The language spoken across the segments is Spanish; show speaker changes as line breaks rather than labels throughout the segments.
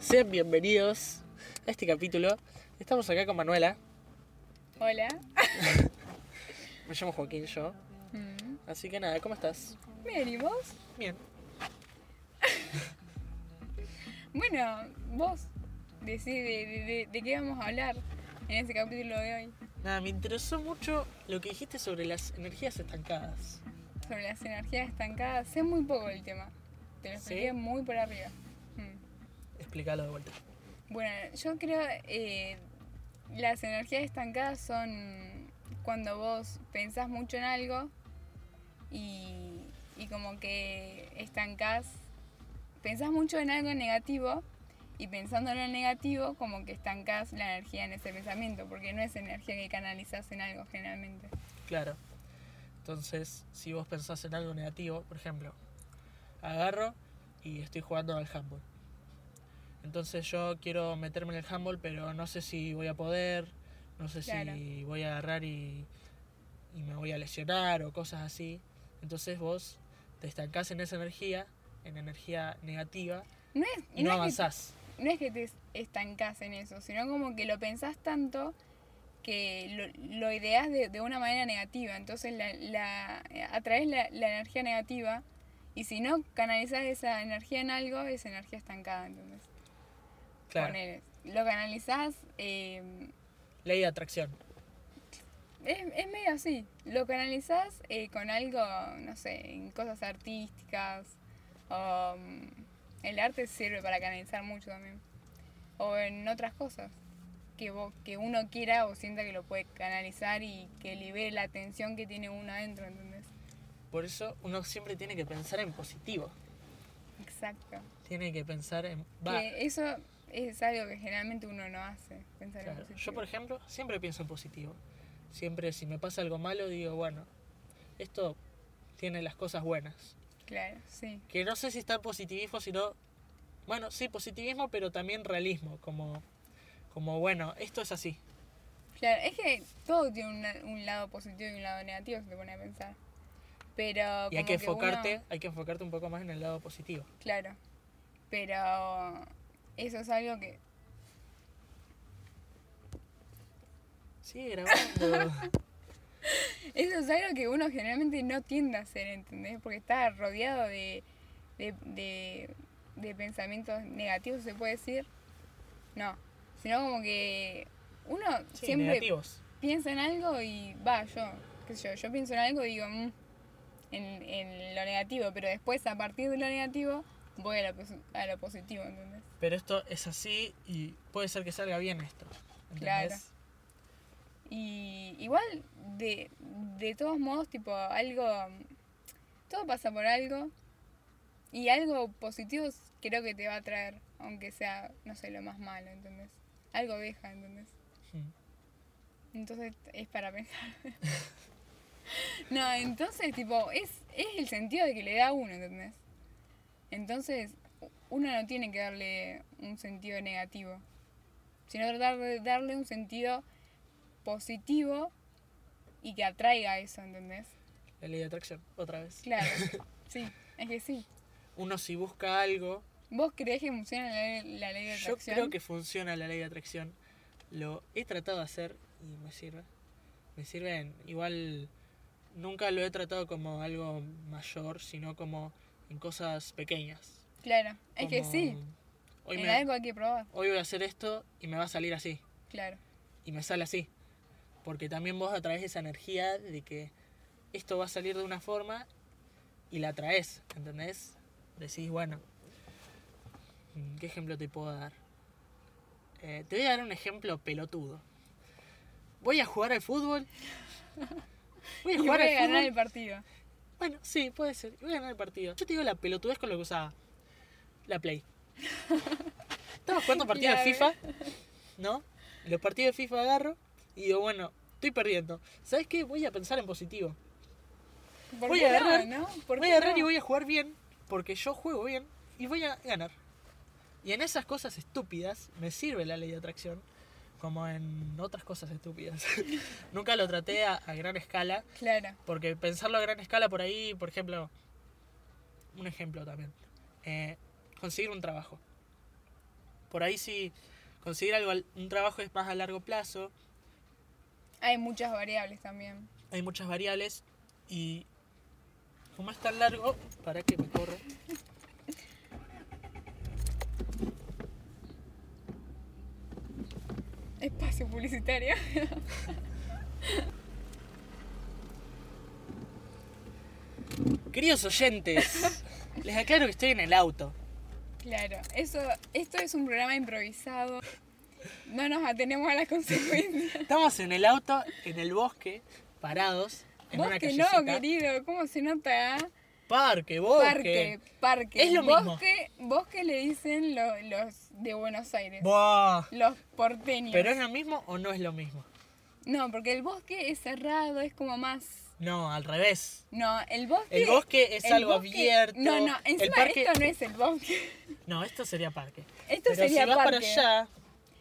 Sean bienvenidos a este capítulo. Estamos acá con Manuela.
Hola.
Me llamo Joaquín yo.
Mm.
Así que nada, ¿cómo estás?
Bien, ¿y vos?
Bien.
Bueno, vos decís de, de- de- de qué vamos a hablar en ese capítulo de hoy.
Nada, me interesó mucho lo que dijiste sobre las energías estancadas.
Sobre las energías estancadas. Sé muy poco del tema. Te lo
¿Sí?
expliqué muy por arriba. Mm.
Explícalo de vuelta.
Bueno, yo creo eh, las energías estancadas son cuando vos pensás mucho en algo y, y como que estancás, pensás mucho en algo negativo y pensándolo en negativo como que estancás la energía en ese pensamiento, porque no es energía que canalizás en algo generalmente.
Claro. Entonces, si vos pensás en algo negativo, por ejemplo, agarro y estoy jugando al handball. Entonces yo quiero meterme en el handball, pero no sé si voy a poder, no sé
Claro.
si voy a agarrar y, y me voy a lesionar o cosas así. Entonces vos te estancás en esa energía, en energía negativa,
No es,
y no,
no es que
avanzás.
no es que te estancás en eso, sino como que lo pensás tanto que lo, lo ideás de, de una manera negativa. Entonces la, la, atraes la, la energía negativa y si no canalizás esa energía en algo, es energía estancada. Entonces,
Claro.
ponele. Lo canalizás, eh,
Ley de atracción.
es, es medio así. Lo canalizás eh, con algo, no sé, en cosas artísticas. O, mm, el arte sirve para canalizar mucho también. O en otras cosas. Que, vos, que uno quiera o sienta que lo puede canalizar y que libere la tensión que tiene uno adentro, ¿entendés?
Por eso uno siempre tiene que pensar en positivo.
Exacto.
Tiene que pensar en... va,
Que eso es algo que generalmente uno no hace. Pensar en
Claro,
positivo.
Yo, por ejemplo, siempre pienso en positivo. Siempre si me pasa algo malo, digo, bueno, esto tiene las cosas buenas.
Claro, sí.
Que no sé si está en positivismo, sino, bueno, sí, positivismo, pero también realismo, como, como bueno, esto es así.
Claro, es que todo tiene un, un lado positivo y un lado negativo, si te pones a pensar. Pero.
Y hay
como
que
uno-
enfocarte, hay que enfocarte un poco más en el lado positivo.
claro. Pero. Eso es algo que.
Sí, grabando.
Eso es algo que uno generalmente no tiende a hacer, ¿entendés? Porque está rodeado de. de, de, de pensamientos negativos, se puede decir. No. Sino como que. Uno
Sí,
siempre
negativos.
piensa en algo y va, yo, qué sé yo, yo pienso en algo y digo, "Mm", en, en lo negativo, pero después a partir de lo negativo voy a lo, posi- a lo positivo, ¿entendés?
Pero esto es así y puede ser que salga bien esto.
Claro.
¿entendés?
Y igual, de, de todos modos, tipo, algo, todo pasa por algo y algo positivo creo que te va a traer, aunque sea, no sé, lo más malo, ¿entendés? Algo deja, ¿entendés?
Mm.
Entonces es para pensar. no, entonces, tipo, es, es el sentido de que le da a uno, ¿entendés? Entonces, uno no tiene que darle un sentido negativo, sino tratar de darle un sentido positivo y que atraiga eso, ¿entendés?
La ley de atracción, otra vez.
Claro, sí, es que sí.
Uno si busca algo,
¿Vos creés que funciona la, ley- la ley de
Yo
atracción?
creo que funciona la ley de atracción. Lo he tratado de hacer y me sirve. Me sirve en- igual nunca lo he tratado como algo mayor, sino como en cosas pequeñas.
Claro, es que
Como,
sí.
Hoy,
En
me-
algo hay que probar,
hoy voy a hacer esto y me va a salir así.
claro.
Y me sale así. Porque también vos atraes esa energía de que esto va a salir de una forma y la atraes, ¿entendés? Decís, bueno, mm, ¿qué ejemplo te puedo dar? Eh, te voy a dar un ejemplo pelotudo. Voy a jugar al fútbol. Voy
Y
a
voy
jugar
a
al
ganar
fútbol.
el partido.
Bueno, sí, puede ser. Voy a ganar el partido. Yo te digo la pelotudez con lo que usaba. La Play. Estaba jugando partidos de
La ve.
FIFA, ¿no? Los partidos de FIFA agarro y digo, bueno, estoy perdiendo. ¿Sabes qué? Voy a pensar en positivo.
¿Por
Voy
qué
a agarrar-
no, no? ¿Por
Voy
qué
a agarrar
no?
y voy a jugar bien, porque yo juego bien y voy a ganar. Y en esas cosas estúpidas me sirve la ley de atracción, como en otras cosas estúpidas. Nunca lo traté a- a gran escala,
Claro,
Porque pensarlo a gran escala por ahí, por ejemplo, un ejemplo también. eh, conseguir un trabajo. Por ahí si conseguir algo, al- un trabajo es más a largo plazo,
Hay muchas variables también.
hay muchas variables y como es tan largo, para que me corra.
Espacio publicitario.
Queridos oyentes, les aclaro que estoy en el auto.
Claro, eso, esto es un programa improvisado. No nos atenemos a las consecuencias.
Estamos en el auto, en el bosque, parados, en
Vos
una
que no,
callecita.
querido, ¿cómo se nota?
Parque, bosque.
Parque, parque.
Es lo mismo.
bosque, Bosque le dicen lo- los de Buenos Aires.
Buah.
los porteños.
¿Pero es lo mismo o no es lo mismo?
No, porque el bosque es cerrado, es como más...
No, al revés.
No, el bosque...
El bosque es
el
algo
bosque-
abierto.
No, no,
el
encima
parque...
esto no es el bosque.
No, esto sería parque.
Esto
Pero
sería
si vas
parque.
para allá,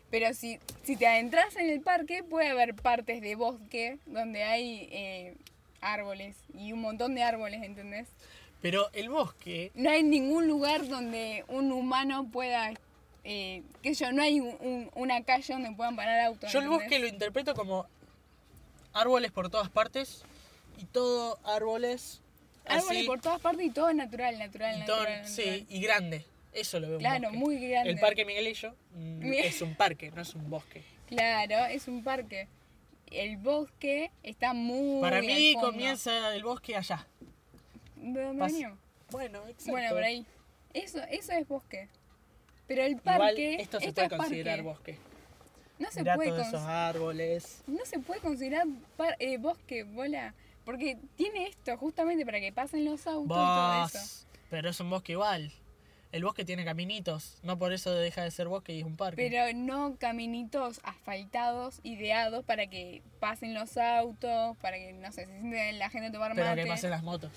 Pero si, si te adentras en el parque, puede haber partes de bosque donde hay eh, árboles y un montón de árboles, ¿entendés?
pero el bosque,
No hay ningún lugar donde un humano pueda... Eh, que yo, no hay un- un- una calle donde puedan parar autos.
yo el
¿entendés?
bosque lo interpreto como árboles por todas partes y todo árboles.
Árboles
así,
por todas partes y todo natural, natural,
y todo-
natural.
sí,
natural.
y grande. Eso lo veo. un
Claro,
bosque.
muy grande.
El parque Miguelillo mm,
Bien.
es un parque, no es un bosque.
Claro, es un parque. El bosque está muy.
para
al
mí
fondo.
comienza el bosque allá.
¿De dónde
Pas-
venimos?
Bueno, exacto.
Bueno, por ahí. Eso, eso es bosque. Pero el parque.
Igual esto se puede
es
considerar
parque.
bosque.
No se
Mirá
puede
todos
cons-
esos árboles.
No se puede considerar par- eh, bosque, bola. Porque tiene esto justamente para que pasen los autos y todo eso.
Vos, pero es un bosque igual. El bosque tiene caminitos, no por eso deja de ser bosque y es un parque.
Pero no caminitos asfaltados, ideados para que pasen los autos, para que, no sé, se siente la gente a tomar
Pero
mate.
que pasen las motos.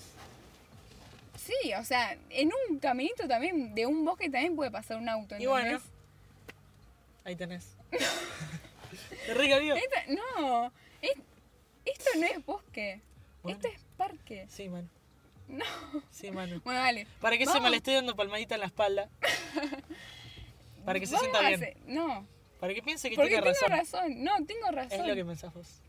Sí, o sea, en un caminito también, de un bosque también puede pasar un auto.
Y bueno,
¿entendés?
ahí tenés. Qué rica vivo.
Esta- no, es- esto no es bosque,
Bueno.
esto es parque.
Sí, mano.
No.
Sí, mano.
Bueno, vale.
Para que se me
Vamos.
le esté dando palmadita en la espalda. Para que se
Vamos
sienta
a
bien.
hacer- No,
Para que piense que
porque
tiene
tengo razón.
razón.
No, tengo razón.
Es lo que pensás vos.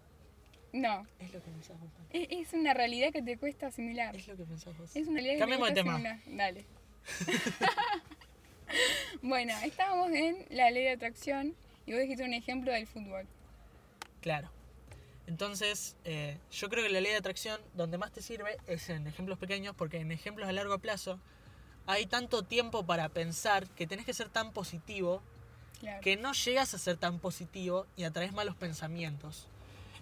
No,
Es lo que pensás vos, mano.
es, es una realidad que te cuesta asimilar.
Es lo que pensás vos.
Es una realidad
Cambiemos
que
de
te
tema.
cuesta asimilar. Dale. bueno, estábamos en la ley de atracción y vos dijiste un ejemplo del fútbol.
Claro. Entonces, eh, yo creo que la ley de atracción donde más te sirve es en ejemplos pequeños, porque en ejemplos a largo plazo hay tanto tiempo para pensar que tenés que ser tan positivo
Claro.
que no llegas a ser tan positivo y atraes malos pensamientos.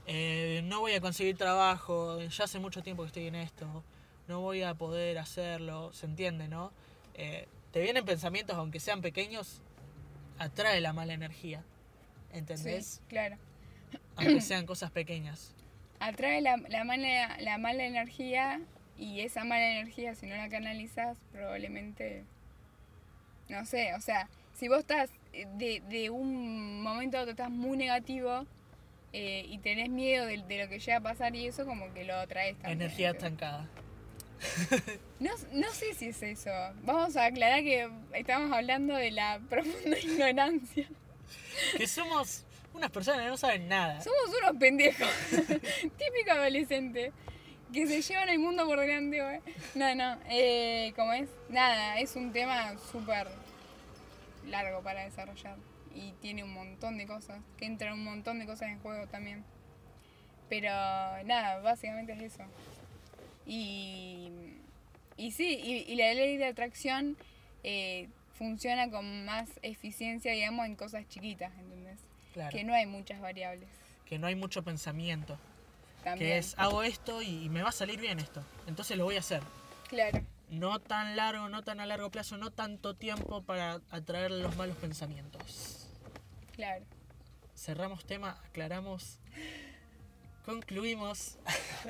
Eh, no voy a conseguir trabajo, ya hace mucho tiempo que estoy en esto, no voy a poder hacerlo, se entiende, ¿no? Eh, te vienen pensamientos, aunque sean pequeños, atrae la mala energía, ¿entendés?
Sí, claro.
aunque sean cosas pequeñas.
atrae la, la mala, la mala energía y esa mala energía, si no la canalizas, probablemente, no sé, o sea, si vos estás eh, de, de un momento a otro, estás muy negativo eh, y tenés miedo de, de lo que llega a pasar y eso como que lo atraes también.
Energía estancada.
No, no sé si es eso. Vamos a aclarar que estamos hablando de la profunda ignorancia.
Que somos unas personas que no saben nada.
Somos unos pendejos. Típico adolescente. Que se llevan el mundo por delante, güey. No, no. Eh, ¿Cómo es? Nada, es un tema súper largo para desarrollar. Y tiene un montón de cosas. Que entran un montón de cosas en juego también. Pero nada, básicamente es eso. Y, y sí, y, y la ley de atracción eh, funciona con más eficiencia, digamos, en cosas chiquitas, ¿entendés?
Claro.
Que
Que,
no hay muchas variables.
no hay mucho pensamiento.
También.
Que es, hago esto y, y me va a salir bien esto. Entonces lo voy a hacer.
Claro,
No tan largo, no tan a largo plazo, no tanto tiempo para atraer los malos pensamientos.
claro.
Cerramos tema, aclaramos, concluimos.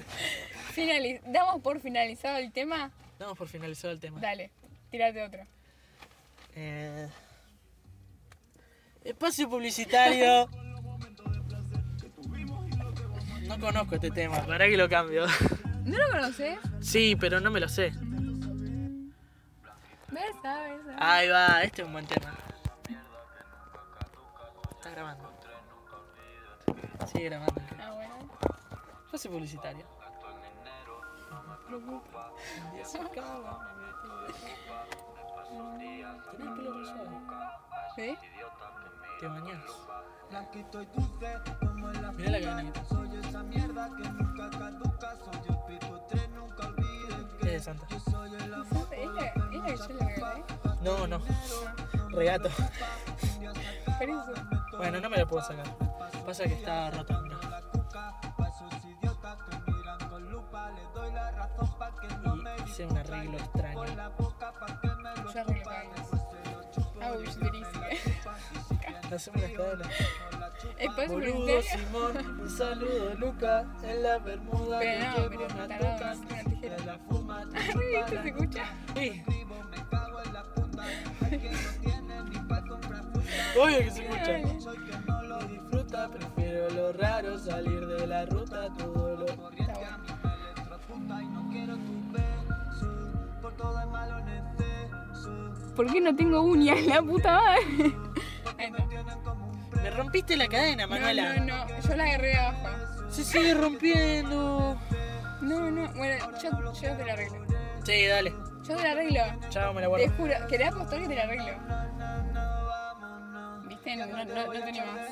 Finali- ¿Damos por finalizado el tema?
Damos por finalizado el tema.
Dale, tirate otro.
Eh, Espacio publicitario. No conozco este tema, para que lo cambio.
¿No lo conoces?
Sí, pero no me lo sé.
Versa, versa. Ah,
Ahí va, este es un buen tema. sigue grabando.
Ah, bueno.
Yo soy publicitario. Y así acabo. ¿Tenés pelo cruzado?
¿Sí?
Te bañás.
Blanquito y dulce como la
Mirá la camioneta.
Soy esa mierda que nunca caduca. Soy el pico 3, nunca olviden
Es de
que
Santa.
yo soy el amor.
¿Es la, es la que yo le regalé?
No, no. Regato.
Por eso.
Bueno, no me la puedo sacar. Pasa que está rota, mirá.
La cuca, pa' esos idiotas que miran con lupa. Le doy la razón pa' que no me
Y hice un arreglo extraño.
con la boca pa' que me lo
Yo arreglo cadenas. Ah, uy, durísimo.
Hacemos las cadenas.
Después me
Boludo
pregunté.
Simón, un saludo Luca en la bermuda
Pero
me
no,
llevo
pero
una
tarado,
tuca.
no sé, una tijera.
En la fuma tu
Ay, Ah, ¿esto
chupala.
se escucha?
Sí,
Me cago en la puta. Hay quien no tiene ni pa' comprar fruta.
obvio que se escucha.
Ay.
Soy que no lo
Disfruta, prefiero lo raro, salir de la ruta, todo lo...
Está
corriente a
bueno.
mí me electrocuta y no quiero tu beso. Por todo es malo en exceso.
¿Por qué no tengo uñas? La puta madre. Ahí está.
Tienen como un
Me rompiste la cadena, Manuela.
No, no, no. Yo la agarré de abajo.
Se sigue rompiendo.
No, no. Bueno, yo, yo te la arreglo.
Sí, dale.
Yo te la arreglo.
Chao, me la
Te
guardo.
juro, quería apostar que te la arreglo. Viste, no, no, no, no tenía más.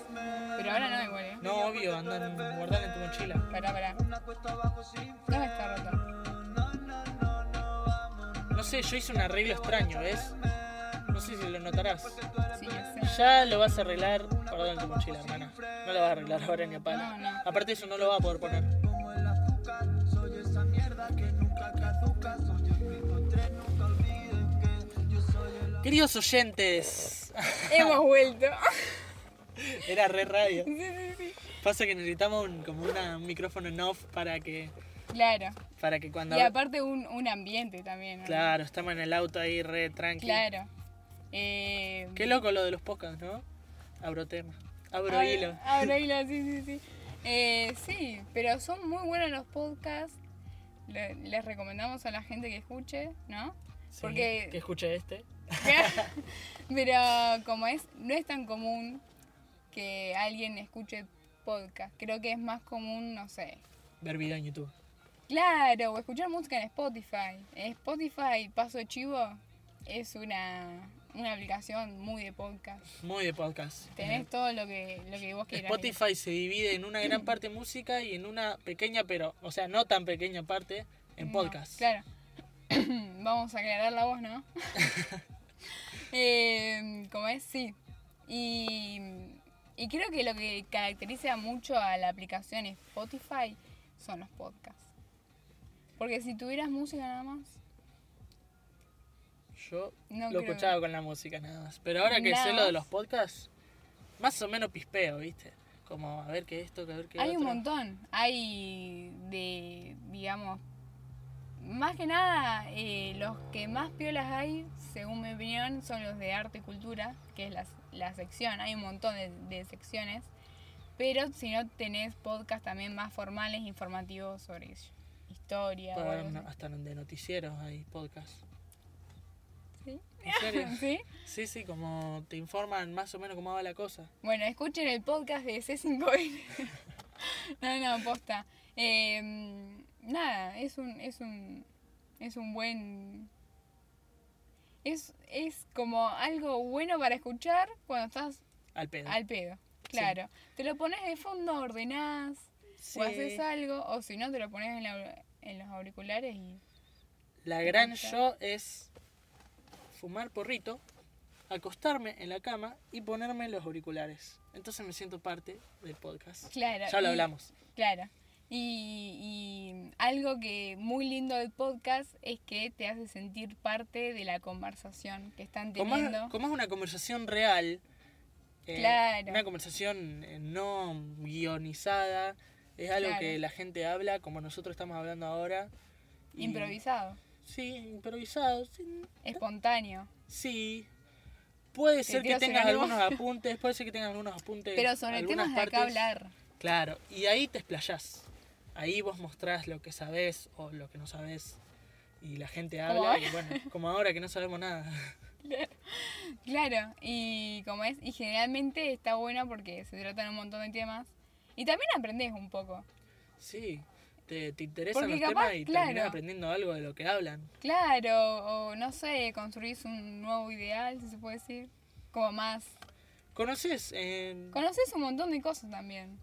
Pero ahora no, igual, ¿eh?
No, obvio, andan guardando en tu mochila.
Pará, pará. No está rota.
No sé, yo hice un arreglo extraño, ¿ves? No sé si lo notarás.
Sí, ya sé.
Ya lo vas a arreglar guardado en tu mochila, hermana. No lo vas a arreglar ahora ni a palo.
No, no.
Aparte eso no lo va a poder poner.
como el azúcar. Soy esa mierda que nunca caduca. Soy el pico tres, nunca olviden que yo soy el
Queridos oyentes,
Hemos vuelto.
era re radio.
Sí, sí, sí.
Pasa que necesitamos un- como una, un micrófono en off para que,
Claro.
para que cuando...
Y aparte un, un ambiente también. ¿no?
Claro, estamos en el auto ahí re tranqui.
Claro. Eh,
Qué loco lo de los podcasts, ¿no? Abro tema. Abro
abro-
hilo.
abro hilo, sí, sí, sí. Eh, sí, pero son muy buenos los podcasts. Le- les recomendamos a la gente que escuche, ¿no?
Sí,
porque-
Que escuché este.
Pero como es, no es tan común que alguien escuche podcast. Creo que es más común, no sé.
Ver video en YouTube.
Claro, o escuchar música en Spotify. En Spotify, paso de chivo, es una, una aplicación muy de podcast.
Muy de podcast.
Tenés todo lo que, lo que vos quieras.
Spotify se divide en una gran parte en música y en una pequeña, pero, o sea, no tan pequeña parte en
No,
podcast.
claro. Vamos a aclarar la voz, ¿no? eh, como es, sí. Y, y creo que lo que caracteriza mucho a la aplicación Spotify son los podcasts. Porque si tuvieras música nada más,
Yo
No
lo
creo.
escuchaba con la música nada más. Pero ahora que
Nada
sé lo de
más.
los podcasts, más o menos pispeo, ¿viste? Como a ver qué esto, que a ver qué
hay un
otro.
montón. Hay de, digamos, más que nada, eh, los que más piolas hay, según mi opinión, son los de arte y cultura, que es la, la sección. Hay un montón de, de secciones. Pero si no, tenés podcast también más formales, informativos sobre qué sé yo, historia. o
Para
algo
no-
así.
hasta de noticieros hay podcasts.
¿Sí?
¿En serio?
¿Sí?
sí, sí, como te informan más o menos cómo va la cosa.
Bueno, escuchen el podcast de C5N. no, no, posta. Eh, nada, es un, es un, es un buen... Es, es como algo bueno para escuchar cuando estás
Al pedo.
al pedo. Claro. Te lo pones de fondo, ordenás,
Sí.
o haces algo, o si no, te lo pones en, la- en los auriculares y...
La gran
encanta.
yo es fumar porrito, acostarme en la cama y ponerme los auriculares. Entonces me siento parte del podcast.
Claro.
Ya lo
y-
hablamos.
Claro. Y, y algo que muy lindo del podcast es que te hace sentir parte de la conversación que están
Como es,
teniendo.
como es una conversación real, eh,
Claro.
una conversación eh, no guionizada, es algo
Claro.
que la gente habla como nosotros estamos hablando ahora. y-
Improvisado,
Sí, improvisado. sí,
espontáneo.
Sí. Puede ser que
tiras
tengas
en algo.
algunos apuntes, puede ser que tengas algunos apuntes.
Pero sobre
algunas
temas de acá
partes.
hablar.
Claro, y ahí te explayás. Ahí vos mostrás lo que sabés o lo que no sabés. Y la gente
Como
habla, y bueno, como ahora que no sabemos nada.
Claro, y como es, y generalmente está bueno porque se tratan un montón de temas Y también aprendés un poco.
Sí, te, te interesan
Porque
los
capaz,
temas y
claro.
terminás aprendiendo algo de lo que hablan.
Claro, o no sé, construís un nuevo ideal, si se puede decir. Como más.
Conoces, eh,
Conoces un montón de cosas también.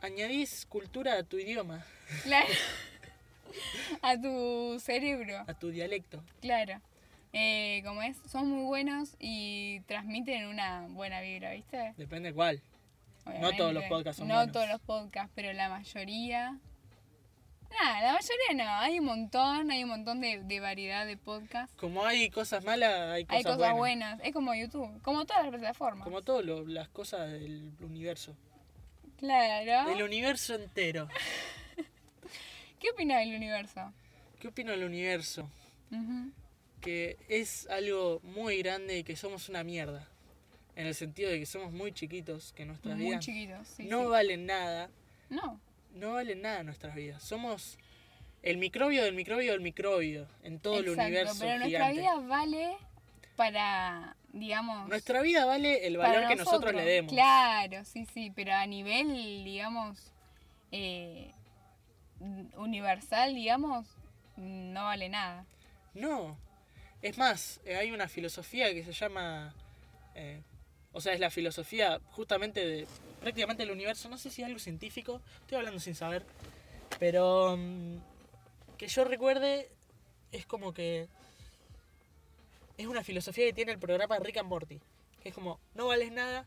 añadís cultura a tu idioma,
Claro. A tu cerebro,
a tu dialecto.
claro. Eh, como es, son muy buenos y transmiten una buena vibra, ¿viste?
Depende cuál. No todos los
Obviamente.
podcasts son
No
buenos.
todos los podcasts, pero la mayoría. Nada, la mayoría no. Hay un montón, hay un montón de, de variedad de podcasts.
Como hay cosas malas, hay cosas,
hay cosas buenas. Es como YouTube, como todas las plataformas.
Como todas las cosas del universo.
Claro.
Del universo entero.
¿Qué opinas del universo?
¿Qué opino del universo?
Ujú.
Que es algo muy grande y que somos una mierda. En el sentido de que somos muy chiquitos, que nuestras
Muy
vidas
chiquitos, sí.
no
sí.
valen nada.
No,
no valen nada nuestras vidas. Somos el microbio del microbio del microbio en todo el
exacto,
universo
Pero nuestra
gigante.
vida vale para, digamos.
Nuestra vida vale el
para
valor que nosotros le demos.
Claro, sí, sí, pero a nivel, digamos, eh, universal, digamos, no vale nada.
No. Es más, eh, hay una filosofía que se llama. eh, o sea, es la filosofía justamente de prácticamente el universo. No sé si es algo científico, estoy hablando sin saber. Pero. mm, que yo recuerde, es como que. Es una filosofía que tiene el programa Rick and Morty. Que es como: no vales nada,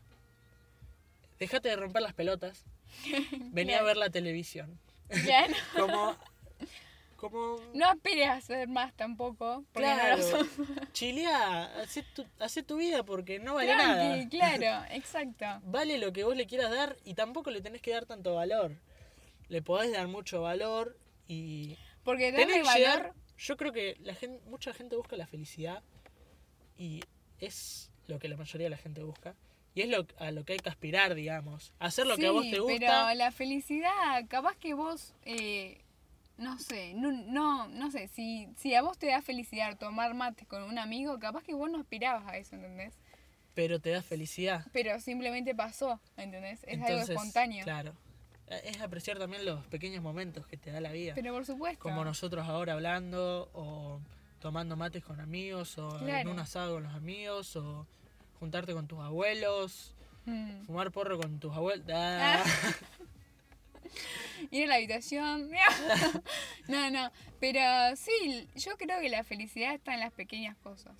dejate de romper las pelotas, vení a
Claro.
ver la televisión.
Ya no,
Como. como
no aspires a hacer más tampoco. porque no lo
Claro.
sos.
Chileá, hacé tu, hacé tu vida porque no vale nada.
Tranqui, claro, exacto.
Vale lo que vos le quieras dar y tampoco le tenés que dar tanto valor. Le podés dar mucho valor y.
Porque
tenés
darle
que
valor.
llegar- Yo creo que la gente, mucha gente busca la felicidad y es lo que la mayoría de la gente busca. Y es lo, a lo que hay que aspirar, digamos. Hacer lo que a vos
Sí,
te gusta.
Pero la felicidad, capaz que vos, eh, no sé, no, no, no sé, si, si a vos te da felicidad tomar mates con un amigo, capaz que vos no aspirabas a eso, ¿entendés?
Pero, te da felicidad.
Pero simplemente pasó, ¿entendés? Es algo
Entonces,
espontáneo.
Claro. Es apreciar también los pequeños momentos que te da la vida.
Pero por supuesto.
como nosotros ahora hablando o tomando mates con amigos o en
Claro.
un asado con los amigos o juntarte con tus abuelos,
Mm.
fumar porro con tus abuelos.
Ah. Ir a la habitación. no, no. Pero sí, yo creo que la felicidad está en las pequeñas cosas.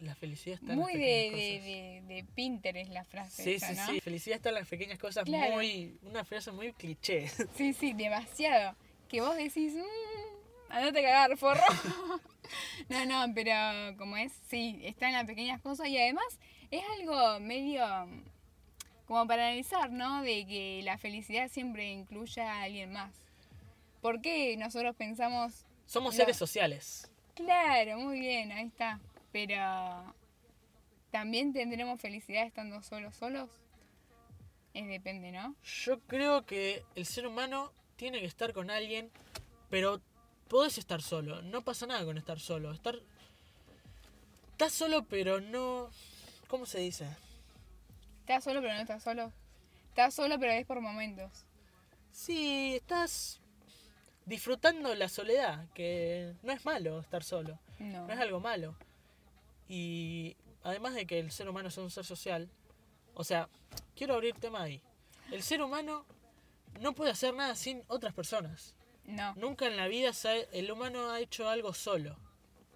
La felicidad está en
Muy
las
de,
pequeñas
de,
cosas.
de- de Pinterest la frase.
Sí,
esa,
sí,
¿no?
sí. Felicidad está en las pequeñas cosas.
Claro.
Muy, una frase muy cliché.
Sí, sí, demasiado. Que vos decís, mmm, andate a cagar, forro. no, no, pero como es, sí, está en las pequeñas cosas y además es algo medio mm, como para analizar, ¿no? De que la felicidad siempre incluya a alguien más. ¿Por qué nosotros pensamos,
Somos
No.
seres sociales.
claro, muy bien, ahí está, pero también tendremos felicidad estando solos, solos? Eh, depende, ¿no?
Yo creo que el ser humano tiene que estar con alguien, pero podés estar solo. No pasa nada con estar solo. Estar. Estás solo, pero no. ¿Cómo se dice?
Estás solo, pero no estás solo. Estás solo, pero es por momentos.
Sí, estás disfrutando la soledad, que no es malo estar solo,
No.
no es algo malo. Y además de que el ser humano es un ser social, o sea, quiero abrir tema ahí. El ser humano no puede hacer nada sin otras personas.
No,
Nunca en la vida se ha- el humano ha hecho algo solo.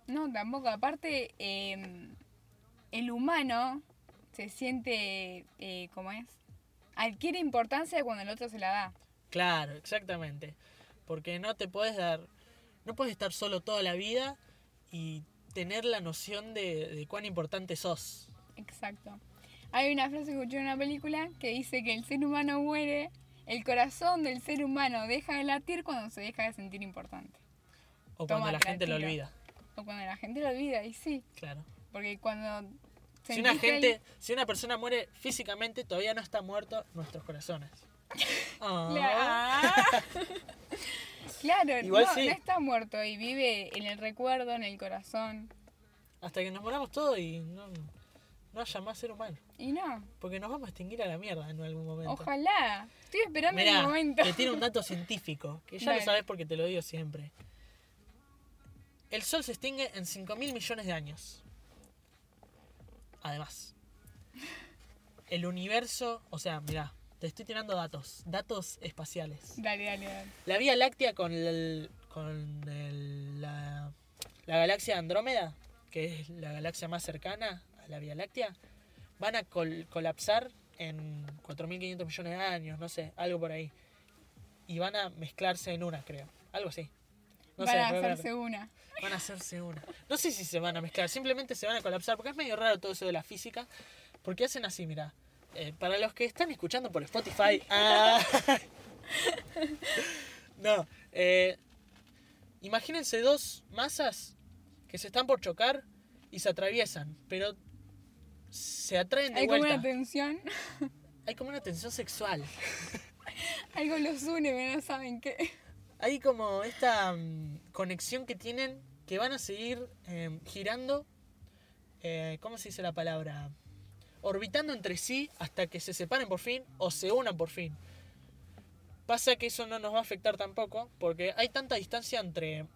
no, tampoco. Aparte, eh, el humano se siente, eh, ¿cómo es? Adquiere importancia cuando el otro se la da.
Claro, exactamente. Porque no te puedes dar, no puedes estar solo toda la vida y tener la noción de, de cuán importante sos.
Exacto. Hay una frase que escuché en una película que dice que el ser humano muere, el corazón del ser humano deja de latir cuando se deja de sentir importante.
O cuando
Toma,
la gente lo
tranquila.
olvida.
O cuando la gente lo olvida, y sí,
Claro.
porque cuando...
Si una
sentís que
gente, si una persona muere físicamente, todavía no está muerto nuestros corazones. Ah.
Claro, Claro,
Igual
no,
sí.
no está muerto y vive en el recuerdo, en el corazón.
Hasta que nos moramos todos y no, no haya más ser humano.
Y no,
Porque nos vamos a extinguir a la mierda en algún momento.
ojalá. Estoy esperando el
Mirá,
momento.
que tiene un dato científico, que ya
Dale.
lo sabes porque te lo digo siempre. El sol se extingue en 5.000 millones de años. Además, el universo, o sea, mirá, te estoy tirando datos, datos espaciales.
Dale, dale, dale.
La Vía Láctea con, el- con el- la, la galaxia Andrómeda, que es la galaxia más cercana a la Vía Láctea, van a col- colapsar en 4.500 millones de años, no sé, algo por ahí. Y van a mezclarse en una, creo. Algo así. No
Van
sé,
a
re- re-
hacerse una.
van a hacerse una. No sé si se van a mezclar, simplemente se van a colapsar, porque es medio raro todo eso de la física, porque hacen así, mira. Eh, para los que están escuchando por Spotify, ah. no, eh, imagínense dos masas que se están por chocar y se atraviesan, pero se atraen de
Hay como
vuelta.
una tensión.
Hay como una tensión sexual.
Algo los une, pero no saben qué.
hay como esta mm, conexión que tienen que van a seguir eh, girando, eh, ¿cómo se dice la palabra? Orbitando entre sí hasta que se separen por fin o se unan por fin. Pasa que eso no nos va a afectar tampoco porque hay tanta distancia entre...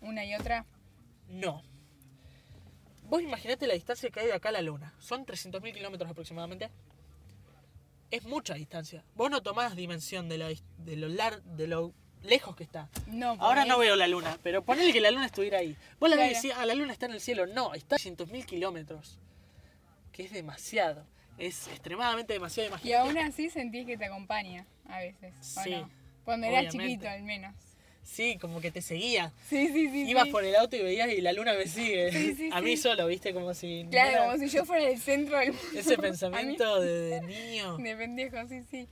Una y otra.
No. Vos imaginate la distancia que hay de acá a la Luna. Son 300.000 kilómetros aproximadamente. Es mucha distancia. Vos no tomás dimensión de, la dis- de, lo, lar- de lo lejos que está.
No,
Ahora
porque-
no veo la luna, pero ponele que la luna estuviera ahí. Vos la ves y
Claro.
decís, ah, la luna está en el cielo. No, está a 100.000 kilómetros. Que es demasiado. Es extremadamente demasiado.
Y
Imagínate.
aún así sentís que te acompaña a veces. ¿o
Sí,
no? Cuando eras
obviamente.
chiquito, al menos.
Sí, como que te seguía.
Sí, sí, sí.
Ibas
sí.
por el auto y veías y la luna me sigue.
Sí, sí,
a mí
sí.
solo, viste, como si... no
Claro,
era-
como si yo fuera el centro del
Ese pensamiento de, de niño.
De pendejo, sí, sí.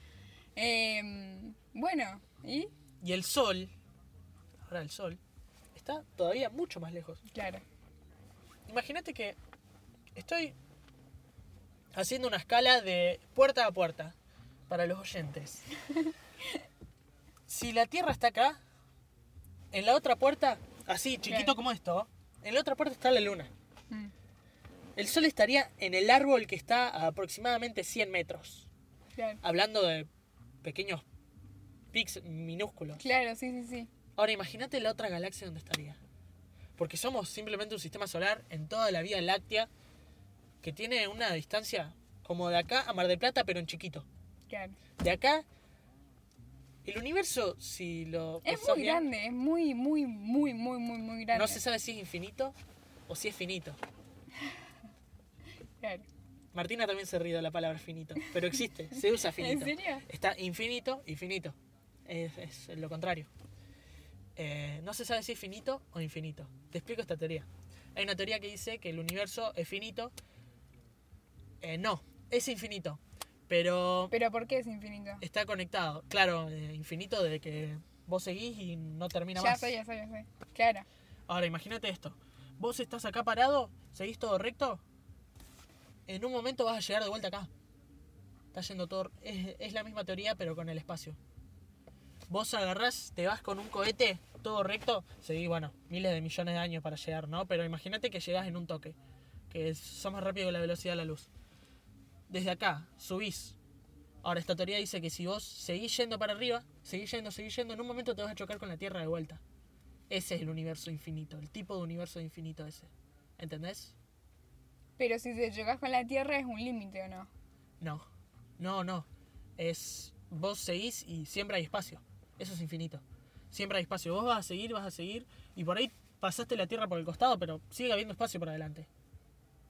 Eh, bueno, ¿y?
Y el sol, ahora el sol, está todavía mucho más lejos.
Claro.
Imagínate que estoy haciendo una escala de puerta a puerta para los oyentes. Si la Tierra está acá, en la otra puerta, así chiquito
Claro.
como esto, en la otra puerta está la Luna.
Mm.
El Sol estaría en el árbol que está a aproximadamente 100 metros.
Claro.
Hablando de pequeños pics minúsculos.
Claro, sí, sí, sí.
Ahora imagínate la otra galaxia donde estaría. Porque somos simplemente un sistema solar en toda la Vía Láctea que tiene una distancia como de acá a Mar del Plata, pero en chiquito.
Claro.
De acá, el universo, si lo...
Es
pensás
muy
bien,
grande, es muy, muy, muy, muy, muy, muy grande.
Pues No se sabe si es infinito o si es finito.
Claro.
Martina también se ríe de la palabra finito, pero existe, se usa
¿En
finito.
serio?
Está infinito y finito. Es, es lo contrario. Eh, no se sabe si es finito o infinito. Te explico esta teoría. Hay una teoría que dice que el universo es finito. Eh, no, es infinito. Pero
¿Pero por qué es infinito?
está conectado. Claro, eh, infinito de que vos seguís y no termina
ya
más.
sé, ya sé, ya sé. Claro.
Ahora, imagínate esto. Vos estás acá parado, seguís todo recto. En un momento vas a llegar de vuelta acá. Está yendo todo. Es, es la misma teoría, pero con el espacio. Vos agarrás, te vas con un cohete, todo recto. Seguís, bueno, miles de millones de años para llegar, ¿no? Pero imagínate que llegás en un toque. Que es- sos más rápido que la velocidad de la luz. Desde acá, subís. Ahora, esta teoría dice que si vos seguís yendo para arriba, seguís yendo, seguís yendo, en un momento te vas a chocar con la Tierra de vuelta. Ese es el universo infinito, el tipo de universo infinito ese. ¿Entendés?
Pero si te chocas con la Tierra es un límite, ¿o no?
No, no, no. Es vos seguís y siempre hay espacio. Eso es infinito. Siempre hay espacio. Vos vas a seguir, vas a seguir. Y por ahí pasaste la Tierra por el costado, pero sigue habiendo espacio por adelante.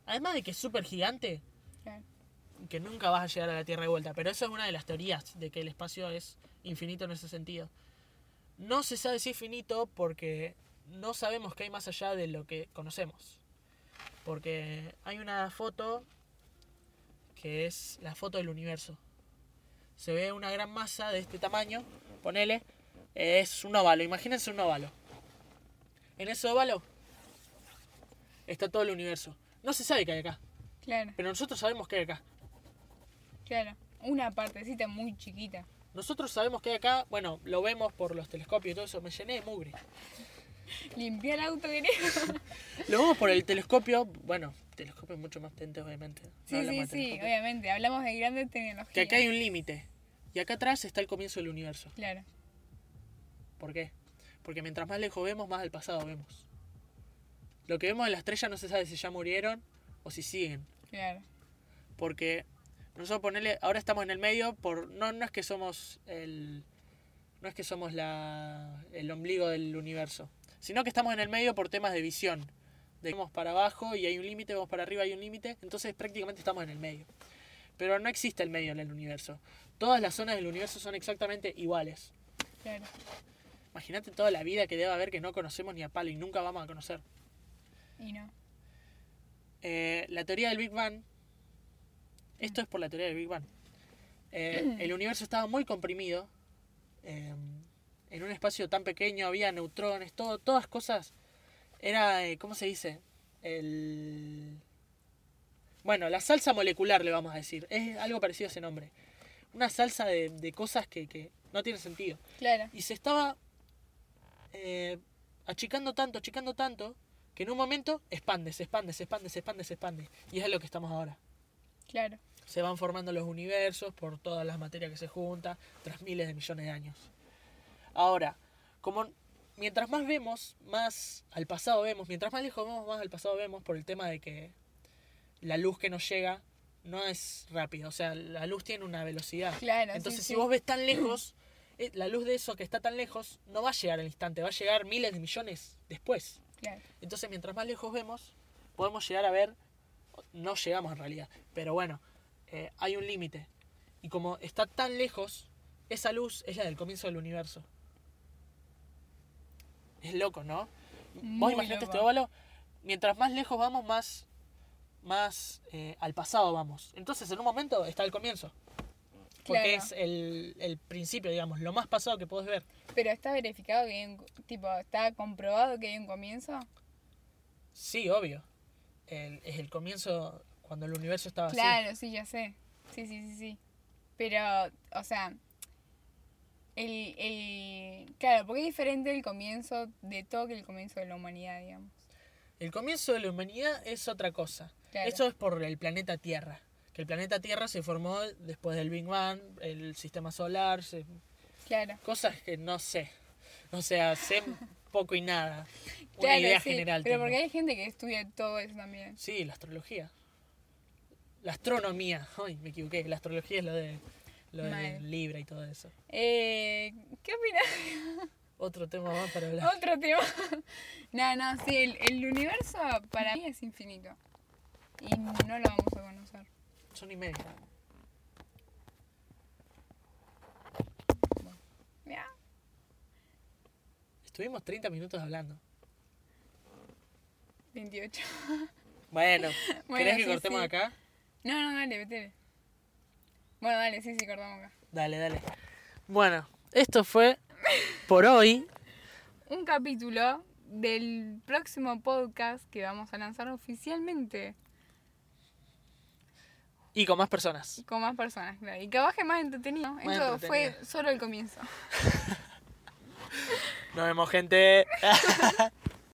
Además de que es súper gigante,
Claro.
que nunca vas a llegar a la Tierra de vuelta. Pero eso es una de las teorías de que el espacio es infinito en ese sentido. No se sabe si es finito porque no sabemos qué hay más allá de lo que conocemos. Porque hay una foto que es la foto del universo. Se ve una gran masa de este tamaño, ponele, es un óvalo, imagínense un óvalo. En ese óvalo está todo el universo. No se sabe qué hay acá,
Claro,
pero nosotros sabemos qué hay acá.
claro. Una partecita muy chiquita.
Nosotros sabemos que hay acá, bueno, lo vemos por los telescopios y todo eso, me llené de mugre.
Limpiar el auto, querido.
Lo vemos por el telescopio, bueno, telescopios mucho más potentes, obviamente. No
Sí,
hablamos
sí,
de
sí,
telescopios.
obviamente. Hablamos de grandes tecnologías.
Que acá hay un límite. Y acá atrás está el comienzo del universo.
Claro.
¿Por qué? Porque mientras más lejos vemos, más del pasado vemos. Lo que vemos de la estrella no se sabe si ya murieron o si siguen.
Claro,
Porque nosotros ponerle, ahora estamos en el medio, por no, no es que somos el. No es que somos la, el ombligo del universo. Sino que estamos en el medio por temas de visión. De que vamos para abajo y hay un límite, vamos para arriba y hay un límite. Entonces prácticamente estamos en el medio. Pero no existe el medio en el universo. Todas las zonas del universo son exactamente iguales.
claro.
Imagínate toda la vida que debe haber que no conocemos ni a palo y nunca vamos a conocer.
Y no.
Eh, la teoría del Big Bang. Esto es por la teoría del Big Bang. Eh, el universo estaba muy comprimido. eh, en un espacio tan pequeño había neutrones, todo, todas cosas. Era, eh, ¿cómo se dice? El. Bueno, la salsa molecular le vamos a decir. Es algo parecido a ese nombre. Una salsa de, de cosas que, que no tiene sentido.
Claro,
Y se estaba eh, achicando tanto, achicando tanto, que en un momento expande, se expande, se expande, se expande, se expande. Y es a lo que estamos ahora.
claro.
Se van formando los universos por todas las materias que se juntan tras miles de millones de años. Ahora, como mientras más vemos, más al pasado vemos, mientras más lejos vemos, más al pasado vemos por el tema de que la luz que nos llega no es rápida, o sea, la luz tiene una velocidad.
Claro, Ah, sí,
Entonces, si
sí.
vos ves tan lejos, eh, la luz de eso que está tan lejos no va a llegar al instante, va a llegar miles de millones después.
Claro,
Entonces, mientras más lejos vemos, podemos llegar a ver. No llegamos en realidad, pero bueno, eh, hay un límite. Y como está tan lejos, esa luz es la del comienzo del universo. Es loco, ¿no? Vos
Muy
imaginate
loco.
este óvalo. Mientras más lejos vamos, más, más eh, al pasado vamos. Entonces, en un momento está el comienzo. Porque
Claro.
es el, el principio, digamos, lo más pasado que podés ver.
Pero está verificado que hay un, tipo, está comprobado que hay un comienzo.
Sí, obvio. El- es el comienzo cuando el universo estaba así.
Claro, sí, ya sé. Sí, sí, sí, sí. Pero, o sea, el, el... Claro, porque es diferente el comienzo de todo que el comienzo de la humanidad, digamos.
El comienzo de la humanidad es otra cosa.
Claro.
Eso es por el planeta Tierra. Que el planeta Tierra se formó después del Big Bang, el sistema solar, se-
Claro,
cosas que no sé. O sea, sé poco y nada. Una
claro,
idea
sí.
general.
Pero
tengo.
porque hay gente que estudia todo eso también.
Sí, la astrología. La astronomía. Ay, me equivoqué. La astrología es lo de, lo de
Mal.
Libra y todo eso.
Eh, ¿Qué opinas?
Otro tema más para hablar.
Otro tema. no, no, sí, el, el universo para mí es infinito. Y no lo vamos a conocer.
Son y media.
Mirá.
Estuvimos 30 minutos hablando.
28.
Bueno,
Bueno,
¿querés que
sí,
cortemos
sí.
acá?
No, no, dale, vete. Bueno, dale, sí, sí, cortamos acá.
Dale, dale. Bueno, esto fue por hoy.
Un capítulo del próximo podcast que vamos a lanzar oficialmente
Y con más personas.
con más personas, claro. Y que baje más entretenido. Esto fue
entretenido.
solo el comienzo.
Nos vemos, gente.